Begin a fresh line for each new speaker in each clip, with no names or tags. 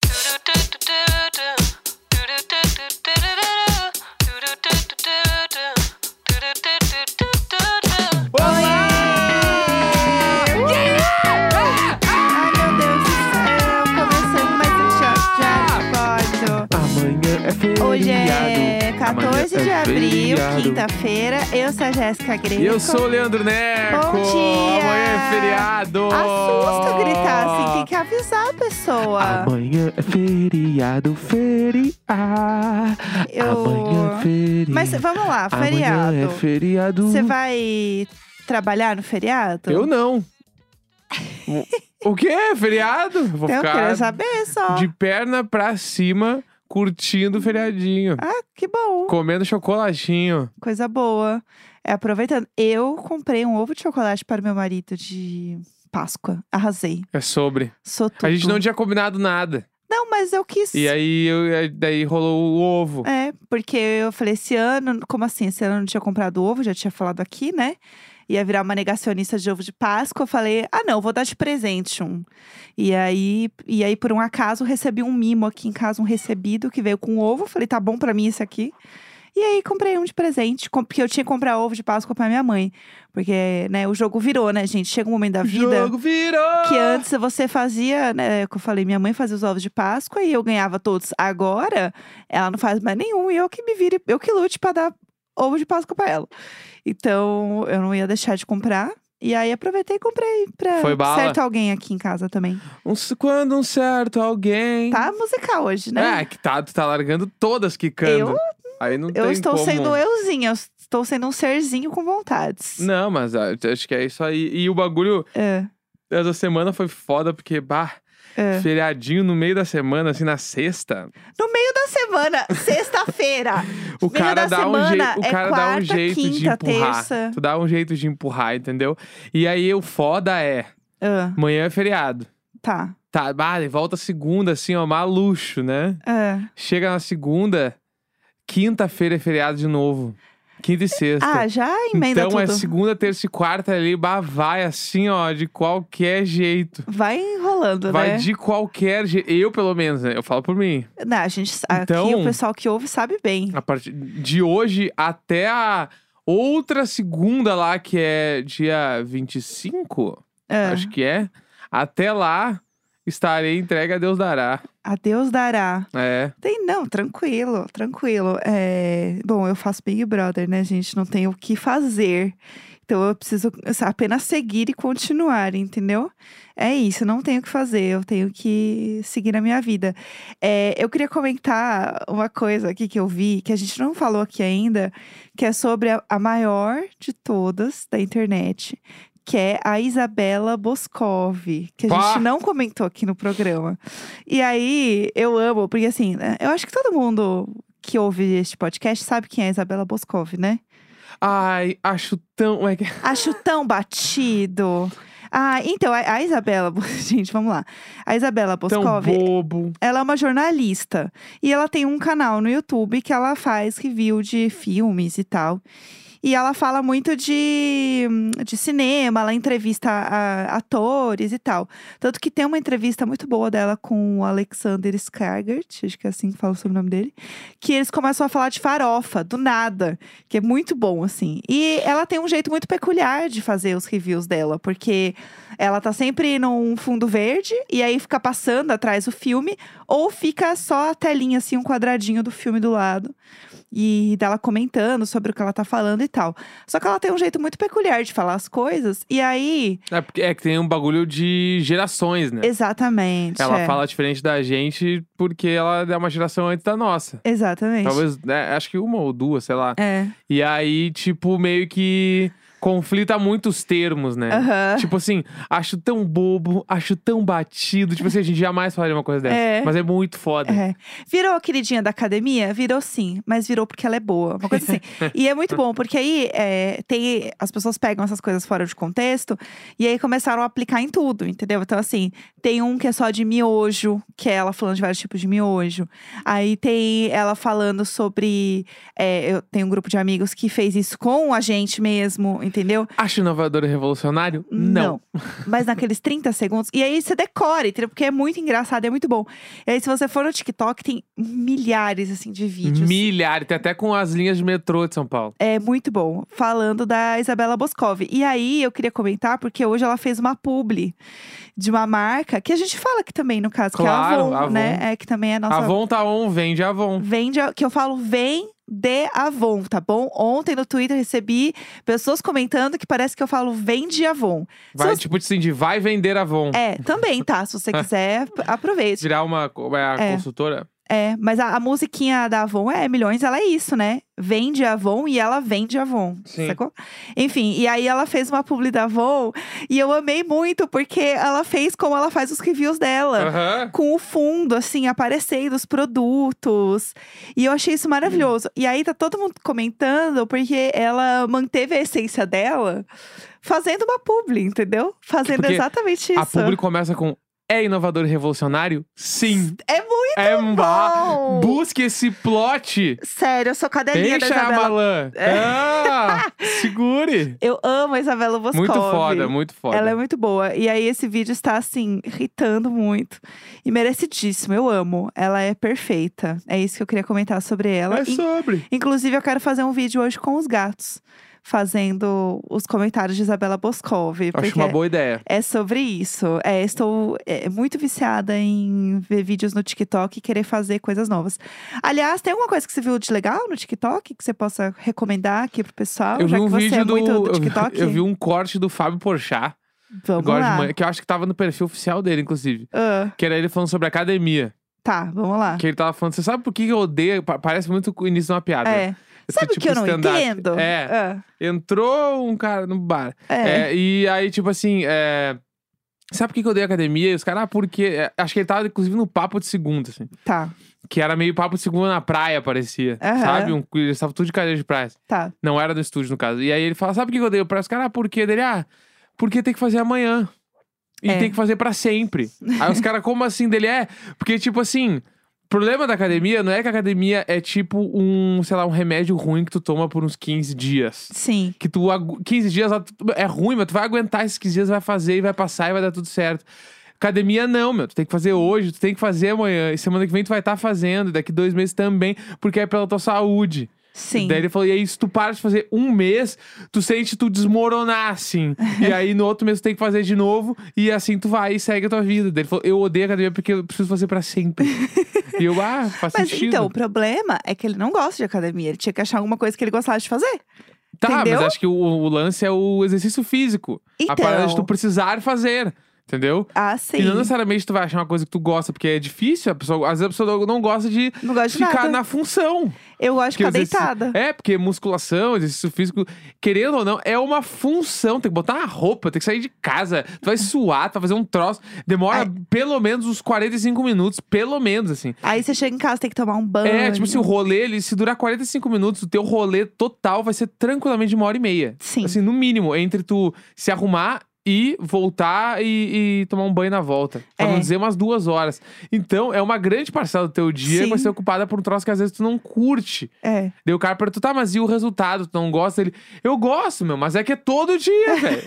amanhã
é 14 de
é
abril,
feriado.
quinta-feira. Eu sou a Jéssica Greco.
E eu sou o Leandro Neco.
Bom dia.
Amanhã é feriado.
Assusta gritar assim, tem que avisar a pessoa.
Amanhã é feriado, feriado.
Eu-
Amanhã é feriado.
Mas vamos lá, feriado.
Amanhã é feriado.
Você vai trabalhar no feriado?
Eu não. o quê? Feriado? Vou
Então, eu
ficar
queria saber só.
de perna pra cima, curtindo o feriadinho.
Ah, que bom.
Comendo chocolatinho.
Coisa boa. É, aproveitando, eu comprei um ovo de chocolate para o meu marido de Páscoa. Arrasei.
É sobre.
Sou tudo.
A gente não tinha combinado nada.
Não, mas eu quis.
E aí, eu- daí rolou o ovo.
É, porque eu falei, esse ano, como assim? Esse ano eu não tinha comprado ovo, já tinha falado aqui, né? Ia virar uma negacionista de ovo de Páscoa. Eu falei, ah, não, vou dar de presente um. E aí, e aí por um acaso, recebi um mimo aqui em casa, um recebido que veio com ovo. Eu Falei, tá bom pra mim esse aqui. E aí, comprei um de presente, com- porque eu tinha que comprar ovo de Páscoa pra minha mãe. Porque, né, o jogo virou, né, gente? Chega um momento da
O
vida.
jogo virou!
Que é- antes você fazia, né? Que eu falei, minha mãe fazia os ovos de Páscoa e eu ganhava todos. Agora, ela não faz mais nenhum e eu que me vire, eu que lute pra dar ovo de Páscoa pra ela. Então, eu não ia deixar de comprar. E aí, aproveitei e comprei pra
Foi bala.
certo alguém aqui em casa também.
Um c- quando um certo alguém.
Tá musical hoje, né?
É, que tá, tu tá largando todas quicando.
Eu-
Aí não
eu
tem
estou
como.
sendo euzinha, eu estou sendo um serzinho com vontades.
Não, mas ah, acho que é isso aí. E o bagulho
É,
essa semana foi foda, porque, bah,
é.
feriadinho no meio da semana, assim, na sexta.
No meio da semana, sexta-feira.
O
Meio
cara,
da
dá, um
semana
jeito, o
é
cara dá um
quarta,
jeito de
quinta,
empurrar.
terça.
Tu dá um jeito de empurrar, entendeu? E aí o foda é:
Ah,
amanhã é feriado.
tá.
Tá, bah, e volta segunda, assim, ó, maluxo, né?
É.
Chega na segunda, quinta-feira é feriado de novo. Quinta e sexta.
Ah, já emenda
então
tudo.
é segunda, terça e quarta ali, bah, vai assim, ó, de qualquer jeito.
Vai enrolando,
Vai
né?
de qualquer jeito. Eu, pelo menos, né? Eu falo por mim.
Não, a gente, sa- aqui
Então-
o pessoal que ouve sabe bem.
A partir de hoje até a outra segunda lá, que é dia 25,
Ah,
acho que é. Até lá estarei entregue a Deus dará.
a Deus dará.
É.
Tem, não, tranquilo, tranquilo. É, bom, eu faço Big Brother, né, gente? Não tem o que fazer. Então eu preciso apenas seguir e continuar, entendeu? É isso, não tenho o que fazer, eu tenho que seguir a minha vida. É, eu queria comentar uma coisa aqui que eu vi, que a gente não falou aqui ainda, que é sobre a, a maior de todas da internet, que é a Isabela Boscov, que a
Pá!
gente não comentou aqui no programa. E aí, eu amo, porque assim, né, eu acho que todo mundo que ouve este podcast sabe quem é a Isabela Boscov, né?
Ai, acho tão. é que-
Acho tão batido. Ah, então, a, a Isabela, gente, vamos lá. A Isabela
Tão
Boscov,
bobo.
ela é uma jornalista. E ela tem um canal no YouTube que ela faz review de filmes e tal. E ela fala muito de, de cinema, ela entrevista a- atores e tal. Tanto que tem uma entrevista muito boa dela com o Alexander Skarsgård, acho que é assim que fala o sobrenome dele, que eles começam a falar de farofa, do nada, que é muito bom, assim. E ela tem um jeito muito peculiar de fazer os reviews dela, porque ela tá sempre num fundo verde e aí fica passando atrás o filme, ou fica só a telinha, assim, um quadradinho do filme do lado. E dela comentando sobre o que ela tá falando e tal. Só que ela tem um jeito muito peculiar de falar as coisas. E aí.
É, porque- é que tem um bagulho de gerações, né?
Exatamente.
Ela
é.
fala diferente da gente porque ela é uma geração antes da nossa.
Exatamente.
Talvez, né, acho que uma ou duas, sei lá.
É.
E aí, tipo, meio que conflita muitos termos, né?
Aham.
Tipo assim, acho tão bobo, acho tão batido. Tipo assim, a gente jamais falaria uma coisa dessa.
É.
Mas é muito foda.
É. Virou a queridinha da academia? Virou sim, mas virou porque ela é boa. Uma coisa assim. e é muito bom, porque aí é, tem, as pessoas pegam essas coisas fora de contexto e aí começaram a aplicar em tudo, entendeu? Então, assim, tem um que é só de miojo, que é ela falando de vários tipos de miojo. Aí tem ela falando sobre. é, eu tenho um grupo de amigos que fez isso com a gente mesmo, entendeu?
Acho inovador e revolucionário?
Mas naqueles 30 segundos. E aí você decora, entendeu? Porque é muito engraçado, é muito bom. E aí, se você for no TikTok, tem milhares, assim, de vídeos.
Milhares, tem até com as linhas de metrô de São Paulo.
É muito bom. Falando da Isabela Boscov. E aí, eu queria comentar, porque hoje ela fez uma publi de uma marca que a gente fala aqui também, no caso, que é a
Claro,
Avon, né? É que também é a nossa.
Avon tá on, vende Avon.
Vende, a- que eu falo, vem de Avon, tá bom? Ontem no Twitter recebi pessoas comentando que parece que eu falo vende Avon. Se
Vai,
você-
tipo assim, de vai vender Avon.
É, também, tá? Se você quiser, aproveite.
Virar uma co- é, a
É.
consultora.
É, mas a, a musiquinha da Avon é milhões, ela é isso, né? Vende Avon e ela vende Avon,
Sim.
sacou? Enfim, e aí ela fez uma publi da Avon e eu amei muito porque ela fez como ela faz os reviews dela.
Aham.
Com o fundo, assim, aparecendo os produtos. E eu achei isso maravilhoso. E aí tá todo mundo comentando porque ela manteve a essência dela fazendo uma publi, entendeu? Fazendo
Porque
exatamente isso.
A publi começa com é inovador e revolucionário? Sim.
É muito
é ba-
bom!
Busque esse plot.
Sério, eu sou cadelinha É da
Deixa a
Isabela. É.
Malan. Ah, segure.
Eu amo a Isabela Boscov.
Muito foda, muito foda.
Ela é muito boa. E aí, esse vídeo está, assim, irritando muito. E merecidíssimo, eu amo. Ela é perfeita. É isso que eu queria comentar sobre ela.
É
In-
sobre.
Inclusive, eu quero fazer um vídeo hoje com os gatos. Fazendo os comentários de Isabela Boscov.
Acho
Porque
uma boa ideia.
é sobre isso. É, estou é, muito viciada em ver vídeos no TikTok e querer fazer coisas novas. Aliás, tem alguma coisa que você viu de legal no TikTok que você possa recomendar aqui pro pessoal?
Eu vi
já
um
que você
vídeo
é
do.
muito do
eu vi-
TikTok?
Eu, vi um corte do Fábio Porchat,
Vamos
agora
lá.
de manhã, que eu acho que tava no perfil oficial dele, inclusive.
Ah,
Que era ele falando sobre academia.
tá, vamos lá.
Que ele tava falando, você sabe por que eu odeio? Pa- Parece muito o início de uma piada.
É. Sabe o
tipo
que eu não
stand-up.
entendo?
É.
Ah,
Entrou um cara no bar.
é.
É, e aí, tipo assim, é, sabe por que que eu odeio academia? E os caras, ah, porque. é, Acho que ele tava, inclusive, no papo de segunda, assim.
Tá,
Que era meio papo de segunda na praia, parecia.
Aham.
Sabe? Um, eles estavam tudo de cadeira de praia.
tá.
Não era do estúdio, no caso. E aí ele fala: sabe por que eu odeio praia? Os caras, ah, por quê? Dele, ah, porque tem que fazer amanhã. E
É.
tem que fazer pra sempre. Aí os caras, como assim? Dele é. Porque, tipo assim, o problema da academia não é que a academia é tipo um, sei lá, um remédio ruim que tu toma por uns 15 dias.
Sim.
Que tu, agu- 15 dias lá, tu- é ruim, mas tu vai aguentar esses 15 dias, vai fazer e vai passar e vai dar tudo certo. Academia não, meu. Tu tem que fazer hoje, tu tem que fazer amanhã. E semana que vem tu vai estar fazendo, e daqui dois meses também, porque é pela tua saúde.
Sim.
Daí ele falou, e aí se tu para de fazer um mês, tu sente tu desmoronar, assim. e aí no outro mês tu tem que fazer de novo, e assim tu vai e segue a tua vida. Daí ele falou, eu odeio academia porque eu preciso fazer pra sempre. e eu, ah, faz
Mas
sentido.
então, o problema é que ele não gosta de academia. Ele tinha que achar alguma coisa que ele gostasse de fazer.
tá,
entendeu?
mas acho que o, o lance é o exercício físico.
Então.
A parada de tu precisar fazer, entendeu?
Ah, sim.
E não necessariamente tu vai achar uma coisa que tu gosta, porque é difícil, a pessoa, às vezes a pessoa não gosta de
Não gosto de
ficar
nada.
na função.
Eu gosto de
Porque
ficar
exercício-
tá deitada.
É, porque musculação, exercício físico, querendo ou não, é uma função. Tem que botar uma roupa, tem que sair de casa, tu vai suar, tu vai fazer um troço. Demora pelo menos uns 45 minutos, pelo menos, assim.
Aí você chega em casa, tem que tomar um banho.
É, tipo assim, o rolê, ele, se durar 45 minutos, o teu rolê total vai ser tranquilamente uma hora e meia.
Sim.
Assim, no mínimo, entre tu se arrumar e voltar e, e tomar um banho na volta. Pra
É.
não dizer umas duas horas. Então, é uma grande parcela do teu dia que vai
Sim.
ser ocupada por um troço que às vezes tu não curte.
É.
Daí o cara perguntou, tá, mas e o resultado? Tu não gosta? Ele, eu gosto, meu, mas é que é todo dia, velho.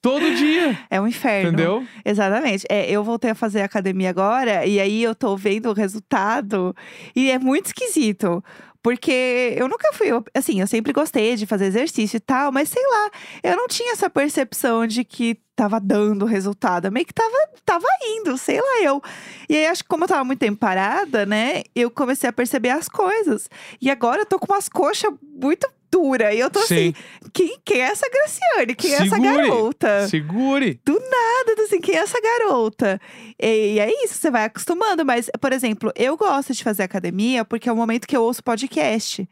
todo dia.
É um inferno.
Entendeu?
Exatamente. É, eu voltei a fazer academia agora e aí eu tô vendo o resultado e é muito esquisito. Porque eu nunca fui, eu- assim, eu sempre gostei de fazer exercício e tal, mas sei lá, eu não tinha essa percepção de que tava dando resultado. Eu meio que tava, tava indo, sei lá eu. E aí acho que como eu tava muito tempo parada, né, eu comecei a perceber as coisas. E agora eu tô com umas coxas muito duras. E eu tô assim,
Sim,
quem, quem é essa Graciane? Quem é essa
Segure.
garota?
segure.
nada do assim, quem é essa garota? E, e é isso, você vai acostumando. Mas, por exemplo, eu gosto de fazer academia porque é o momento que eu ouço podcast.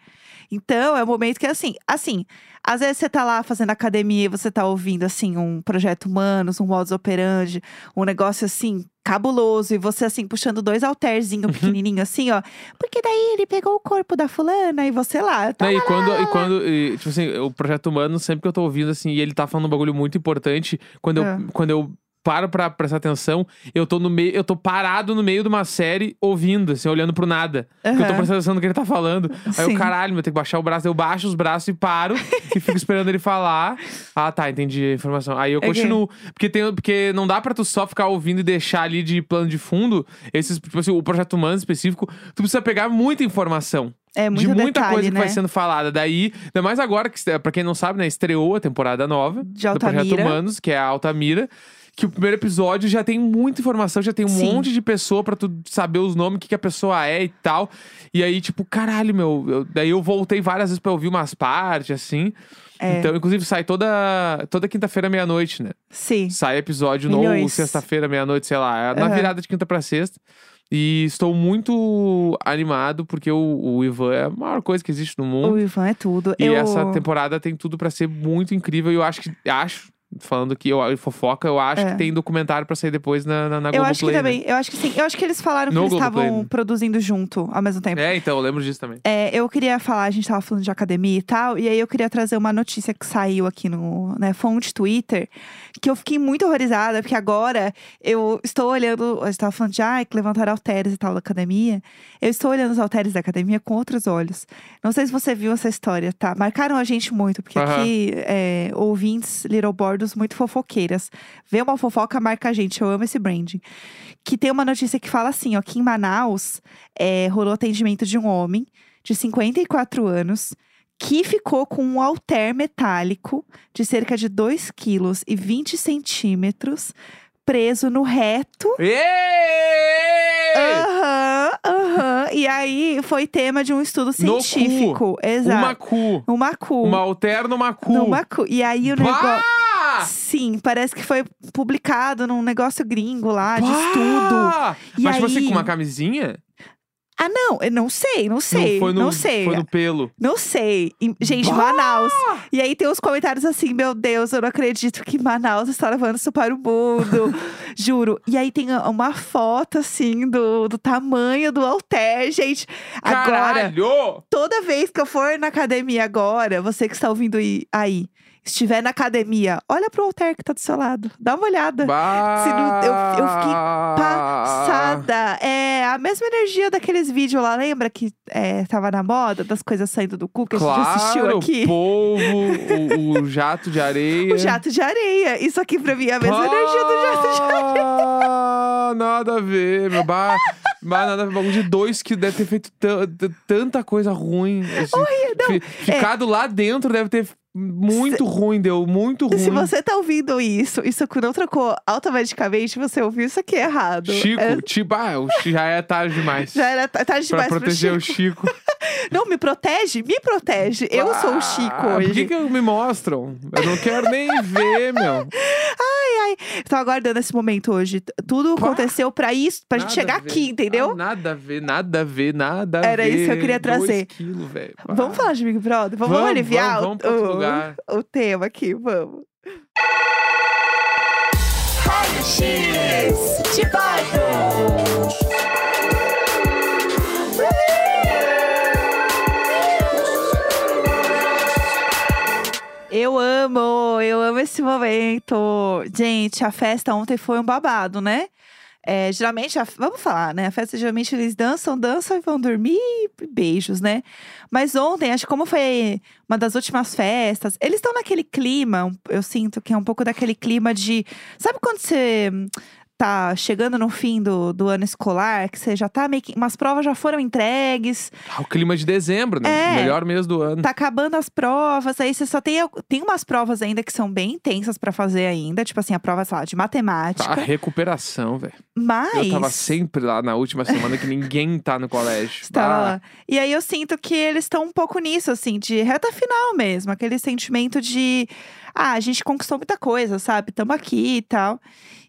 Então, é o momento que, assim, assim, às vezes você tá lá fazendo academia e você tá ouvindo, assim, um projeto humanos, um modus operandi, um negócio assim, cabuloso, e você, assim, puxando dois
Uhum.
halterzinhos pequenininho, assim, ó. Porque daí ele pegou o corpo da fulana e você lá. Tá,
Né, e quando, e quando e, tipo assim, o Projeto Humano, sempre que eu tô ouvindo, assim, e ele tá falando um bagulho muito importante, quando eu,
Ah.
quando eu paro pra prestar atenção, eu tô no meio, eu tô parado no meio de uma série ouvindo, assim, olhando pro nada. Porque eu tô
Aham.
prestando atenção no que ele tá falando. Aí
Sim.
eu, caralho, meu, tem que baixar o braço. Eu baixo os braços e paro e fico esperando ele falar. Ah, tá, entendi a informação. Aí eu
Ok.
continuo. Porque, tem, porque não dá pra tu só ficar ouvindo e deixar ali de plano de fundo. Esses, tipo assim, o projeto humano específico, tu precisa pegar muita informação.
é muito
de muita
detalhe,
coisa
né?
que vai sendo falada. Daí, ainda mais agora, que, pra quem não sabe, né, estreou a temporada nova
De
do Projeto
Altamira.
Humanos, que é a Altamira. que o primeiro episódio já tem muita informação, já tem um
Sim.
monte de pessoa pra tu saber os nomes, o que, que a pessoa é e tal. E aí, tipo, caralho, meu. eu- daí eu voltei várias vezes pra ouvir umas partes, assim.
É.
Então, inclusive, sai toda, toda quinta-feira, meia-noite, né?
Sim.
Sai episódio novo,
Milhões.
sexta-feira, meia-noite, sei lá. É Na
Aham.
virada de quinta pra sexta. E estou muito animado, porque o, o Ivan é a maior coisa que existe no mundo.
O Ivan é tudo.
Hum? E
eu...
essa temporada tem tudo pra ser muito incrível. E eu acho que. Acho, falando que eu eu fofoca, eu acho
É.
que tem documentário pra sair depois na, na, na
Eu
Globoplay,
acho que
né?
também, eu acho que sim. Eu acho que eles falaram
No
que eles
Globoplay,
estavam
né?
produzindo junto ao mesmo tempo.
É, então, eu lembro disso também.
É, eu queria falar, a gente tava falando de academia e tal, e aí eu queria trazer uma notícia que saiu aqui no né, fonte Twitter, que eu fiquei muito horrorizada, porque agora eu estou olhando, a gente tava falando de ah, que levantar halteres e tal da academia. Eu estou olhando os halteres da academia com outros olhos. Não sei se você viu essa história, tá? Marcaram a gente muito, porque
Aham.
aqui é, ouvintes Little Bordos muito fofoqueiras. Vê uma fofoca, marca a gente. Eu amo esse branding. Que tem uma notícia que fala assim, ó, que em Manaus é, rolou atendimento de um homem de 54 anos que ficou com um halter metálico de cerca de 2 quilos e 20 centímetros preso no reto.
Ei!
Aham, aham. E aí foi tema de um estudo
No cu.
científico.
Uma
Exato.
cu.
Uma cu.
Uma alterna, uma cu.
Numa cu. E aí o negócio.
Pá!
Sim, parece que foi publicado num negócio gringo lá, Ah, de
Pá!
estudo. E
Mas tipo
aí-
assim, com uma camisinha?
Ah, não, eu não sei, não sei.
não, foi no,
não sei.
Foi no pelo.
Não sei. Em- Gente,
Bah!
Manaus. E aí tem uns comentários assim: Meu Deus, eu não acredito que Manaus está levando isso para o mundo. Juro. E aí tem a- uma foto assim do, do tamanho do halter, gente. Agora,
Caralho!
toda vez que eu for na academia agora, você que está ouvindo aí- aí, estiver na academia, olha pro halter que tá do seu lado. Dá uma olhada.
Bah!
Se não- eu- eu fiquei Passada! É a mesma energia daqueles vídeos lá, lembra que é, tava na moda, das coisas saindo do cu que a gente assistiu
Claro,
aqui?
o polvo, o, o jato de areia.
O jato de areia. Isso aqui pra mim é a mesma
Pá,
energia do jato.
Nada a ver, meu bar. Mas nada a ver, bagulho de dois que deve ter feito tan- t- tanta coisa ruim. assim. Fi-
é.
ficado lá dentro deve ter f- muito ruim, deu muito ruim.
Se você tá ouvindo isso, isso que não trocou automaticamente, você ouviu isso aqui errado.
Chico,
É,
tipo, ah, o Chi- já é tarde demais.
já era tá, ta- tarde
pra
demais pro
proteger o
Chico.
Chico.
Não, me protege, me protege. Eu sou o
Ah,
Chico
Por que,
hoje.
que me mostram? Eu não quero nem ver, meu.
Tô aguardando esse momento hoje. T- Tudo
Pá.
aconteceu pra isso, pra gente
Nada
chegar
a ver.
aqui, entendeu?
Ah, nada a ver, nada a ver, nada a ver.
Era isso que eu queria trazer.
Dois quilos, velho. Ah, Pá.
Vamos falar de Big Brother? Vamos,
Vamos,
aliviar
vamos, vamos pra outro lugar.
o, o, o tema aqui, vamos. Eu amo, eu amo esse momento. Gente, a festa ontem foi um babado, né? É, geralmente, a- vamos falar, né? A festa geralmente eles dançam, dançam e vão dormir e beijos, né? Mas ontem, acho que como foi uma das últimas festas, eles estão naquele clima, um- eu sinto que é um pouco daquele clima de. Sabe quando você hum, tá chegando no fim do, do ano escolar, que você já tá meio que. Umas provas já foram entregues,
Ah, o clima de dezembro, né?
É.
Melhor mês do ano.
tá acabando as provas, aí você só tem. al- Tem umas provas ainda que são bem intensas pra fazer ainda, tipo assim, a prova, sei lá, de
Tá, a
matemática.
recuperação, velho.
Mas.
Ah, Eu tava sempre lá na última semana que ninguém tá no colégio.
Você tava
Ah,
lá. E aí eu sinto que eles estão um pouco nisso, assim, de reta final mesmo. Aquele sentimento de. Ah, a gente conquistou muita coisa, sabe? Tamo aqui e tal.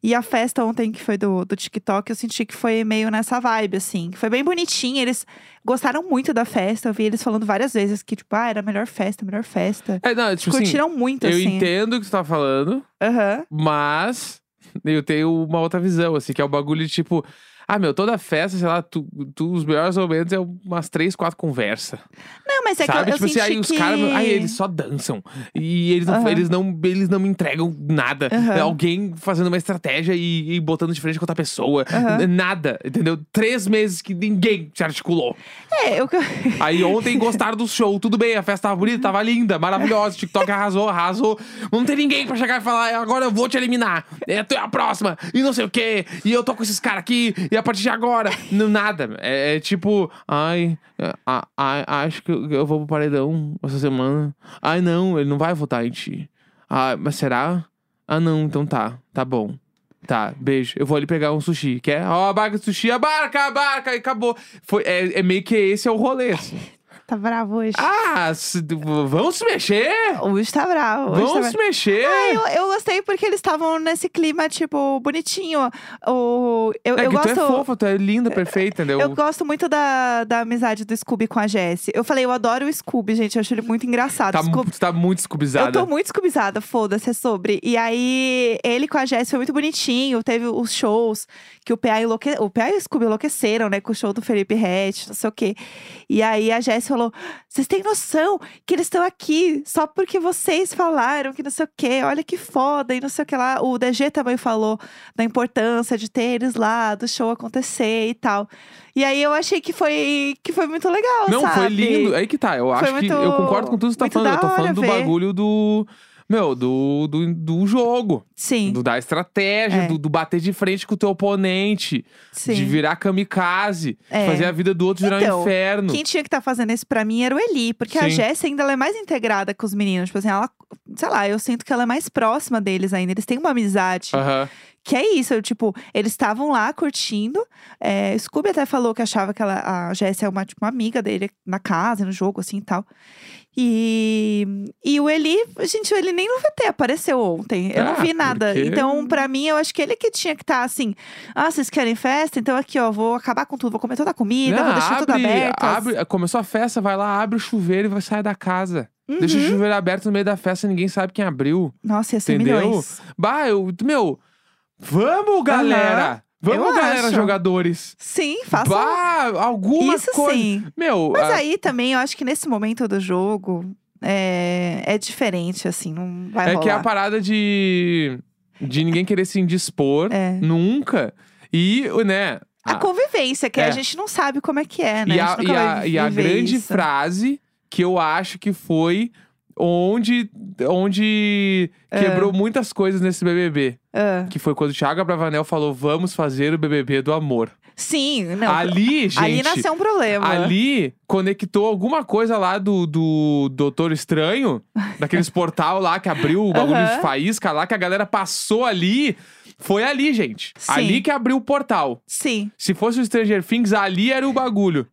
E a festa ontem, que foi do, do TikTok, eu senti que foi meio nessa vibe, assim. que Foi bem bonitinha. Eles gostaram muito da festa. Eu vi eles falando várias vezes que, tipo, ah, era a melhor festa, a melhor festa.
É, não, tipo assim,
Curtiram muito,
eu
assim.
entendo o que tu tá falando,
Aham.
mas eu tenho uma outra visão, assim, que é o bagulho de tipo. Ah, meu, toda festa, sei lá, tu, tu- os melhores momentos é umas três, quatro conversas.
Não, mas é
sabe?
que eu,
tipo
eu
assim,
senti
aí os
que...
caras. meu, Aí eles só dançam. E eles não,
Aham.
eles não, eles não me entregam nada.
Aham.
É Alguém fazendo uma estratégia e, e botando de frente com outra pessoa.
Aham.
N- Nada, entendeu? Três meses que ninguém se articulou.
É, eu...
Aí ontem gostaram do show, tudo bem, a festa tava bonita, tava linda, maravilhosa, o TikTok arrasou, arrasou. Não tem ninguém pra chegar e falar, "É, agora eu vou te eliminar, é tu é a próxima, e não sei o quê, e eu tô com esses caras aqui, e a partir de agora, não, nada. É, é tipo, ai, é, a- a- acho que eu vou pro paredão essa semana. Ai não, ele não vai votar em ti. Ah, mas será? Ah não, então tá, tá bom. Tá, beijo. Eu vou ali pegar um sushi. Quer? Ó, a barca de sushi, a barca, a barca, e acabou. Foi, é, é meio que esse é o rolê. assim.
Tá bravo hoje.
Ah, se- vamos se mexer!
Hoje tá bravo. Hoje tá
Vamos
bravo.
se mexer!
Ah, eu, eu gostei porque eles estavam nesse clima, tipo, bonitinho. O, eu
É
eu
que
gosto.
tu é fofa, tu é linda, perfeita, entendeu?
Eu gosto muito da, da amizade do Scooby com a Jessie. Eu falei, eu adoro o Scooby, gente. Eu acho ele muito engraçado.
tá,
Scooby-
mu- tu tá muito
Eu
escubizada.
tô muito escubizada, foda-se, é sobre. E aí, ele com a Jess foi muito bonitinho. Teve os shows que o PA, enlouque... o PA e o Scooby enlouqueceram, né? Com o show do Felipe Rett, não sei o quê. E aí, a Jess falou: Vocês têm noção que eles estão aqui só porque vocês falaram que não sei o quê. Olha que foda e não sei o que lá. O DG também falou da importância de ter eles lá, do show acontecer e tal. E aí, eu achei que foi, que foi muito legal,
Não,
sabe?
foi lindo. Aí que tá. Eu acho que.
muito-
Eu concordo com tudo que tu tá
muito
falando. Eu
da
tô
hora
falando do
ver.
bagulho do. Meu, do, do, do jogo.
Sim,
Do, da estratégia,
É.
do, do bater de frente com o teu oponente.
sim.
De virar kamikaze.
É.
Fazer a vida do outro virar um
Então,
inferno.
Quem tinha que estar fazendo isso pra mim era o Eli, porque a
Sim.
Jessie ainda ela é mais integrada com os meninos. Tipo assim, ela, sei lá, eu sinto que ela é mais próxima deles ainda. Eles têm uma amizade.
Aham.
Que é isso, eu, tipo, eles estavam lá curtindo. É, Scooby até falou que achava que ela, a Jessie é uma, tipo, uma amiga dele na casa, no jogo, assim e tal. E, e o Eli, gente, ele nem no VT apareceu ontem. Eu
Ah,
não vi nada.
porque-
Então, pra mim, eu acho que ele que tinha que estar assim: ah, vocês querem festa? Então aqui, ó, vou acabar com tudo, vou comer toda a comida,
Não,
vou deixar tudo
Ah, abre-
aberto. as-
abre- começou a festa, vai lá, abre o chuveiro e vai sair da casa.
Uhum.
Deixa o chuveiro aberto no meio da festa, ninguém sabe quem abriu.
Nossa, ia ser
Entendeu?
milhões.
Bah, eu, meu, vamos, galera! Vamos,
eu
galera,
acho.
jogadores!
Sim, faça
Bah, alguma
isso
coisa.
sim.
Meu,
Mas
ah,
aí também, eu acho que nesse momento do jogo é, é diferente, assim, não
é
vai rolar.
que é a parada de de ninguém querer se indispor
É.
nunca e, né,
A
a-
convivência, que
É.
a gente não sabe como é que é, né?
e a,
gente
e
nunca
a-
vai
e a
viver
grande
isso.
frase que eu acho que foi onde onde
É.
quebrou muitas coisas nesse BBB,
Ah,
que foi quando o Thiago Abravanel falou vamos fazer o BBB do amor.
Sim, não.
ali, gente,
ali nasceu um problema.
Ali conectou alguma coisa lá do, do Doutor Estranho, daqueles portal lá que abriu o bagulho
Aham.
de faísca lá, que a galera passou ali. Foi ali, gente.
Sim.
Ali que abriu o portal.
Sim,
Se fosse o Stranger Things, ali era o bagulho.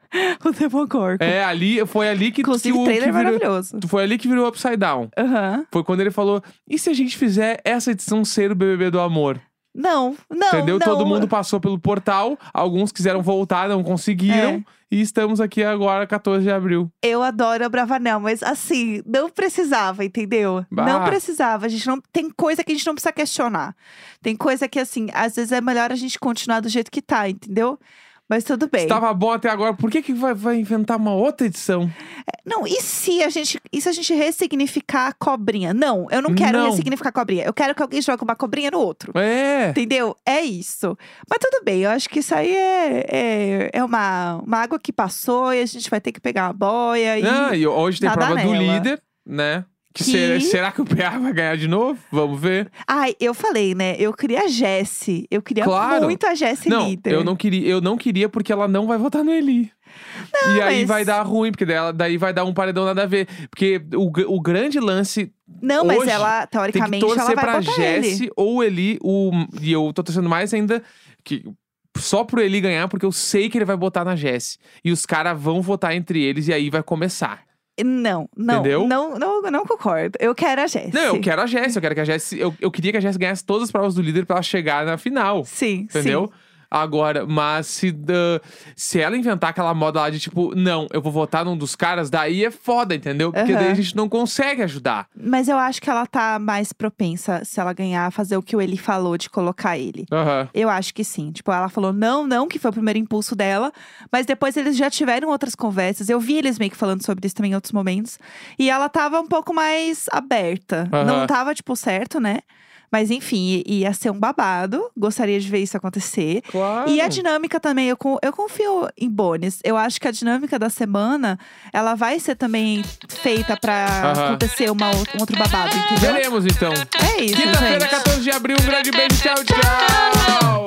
o Demogorgon.
É, ali, foi ali que,
Inclusive,
que
o
o
trailer
que
é
virou,
maravilhoso.
Foi ali que virou Upside Down.
Aham.
Foi quando ele falou: e se a gente fizer essa edição ser o BBB do amor?
Não, não,
Entendeu?
não.
Todo mundo passou pelo portal, alguns quiseram voltar, não conseguiram.
É.
E estamos aqui agora, 14 de abril.
Eu adoro a Bravanel, mas assim, não precisava, entendeu?
Bah.
Não precisava. A gente não tem coisa que a gente não precisa questionar. Tem coisa que assim, às vezes é melhor a gente continuar do jeito que tá, entendeu? Mas tudo bem.
Estava bom até agora, por que, que vai, vai inventar uma outra edição?
Não, e se a gente, e se a gente ressignificar a cobrinha? Não, eu não quero
Não.
ressignificar a cobrinha. Eu quero que alguém jogue uma cobrinha no outro.
É!
Entendeu? É isso. Mas tudo bem, eu acho que isso aí é, é, é uma, uma água que passou e a gente vai ter que pegar uma boia. E...
Ah, e hoje tem a
nadar
prova do
nela.
líder, né? Que
Que-
Será, será que o PA vai ganhar de novo? Vamos ver.
Ai, eu falei, né? Eu queria a Jessie. Eu queria
Claro.
muito a Jessie
não,
líder.
eu não queria, eu não queria porque ela não vai votar no Eli. e aí
mas-
vai dar ruim, porque daí, ela- daí vai dar um paredão nada a ver. Porque o, gr- o grande lance
Não, mas
Hoje,
ela,
tem que
teoricamente, ela
torcer
vai
pra
botar ele.
Jesse ou Eli, o, e eu tô torcendo mais ainda que só pro Eli ganhar, porque eu sei que ele vai botar na Jesse. E os caras vão votar entre eles e aí vai começar.
Não, não,
Entendeu?
não, não, não concordo. Eu quero a Jessie.
Não, eu quero a Jéssica, eu quero que a Jéssica. Eu, eu queria que a Jéssica ganhasse todas as provas do líder pra ela chegar na final.
Sim,
Entendeu?
sim.
Agora, mas se, da- se ela inventar aquela moda lá de tipo, não, eu vou votar num dos caras, daí é foda, entendeu? Porque
Aham.
daí a gente não consegue ajudar.
Mas eu acho que ela tá mais propensa, se ela ganhar, a fazer o que o Eli falou de colocar ele.
Aham.
Eu acho que sim. Tipo, ela falou não, não, que foi o primeiro impulso dela. Mas depois eles já tiveram outras conversas. Eu vi eles meio que falando sobre isso também em outros momentos. E ela tava um pouco mais aberta.
Aham.
Não tava, tipo, certo, né? Mas enfim, i- ia ser um babado. Gostaria de ver isso acontecer.
Claro.
E a dinâmica também, eu, con- eu confio em Bones. Eu acho que a dinâmica da semana, ela vai ser também feita pra
Aham.
acontecer uma ou- um outro babado, entendeu?
Veremos então.
É isso,
Quinta-feira,
gente.
14 de abril. Um grande beijo. Tchau, tchau.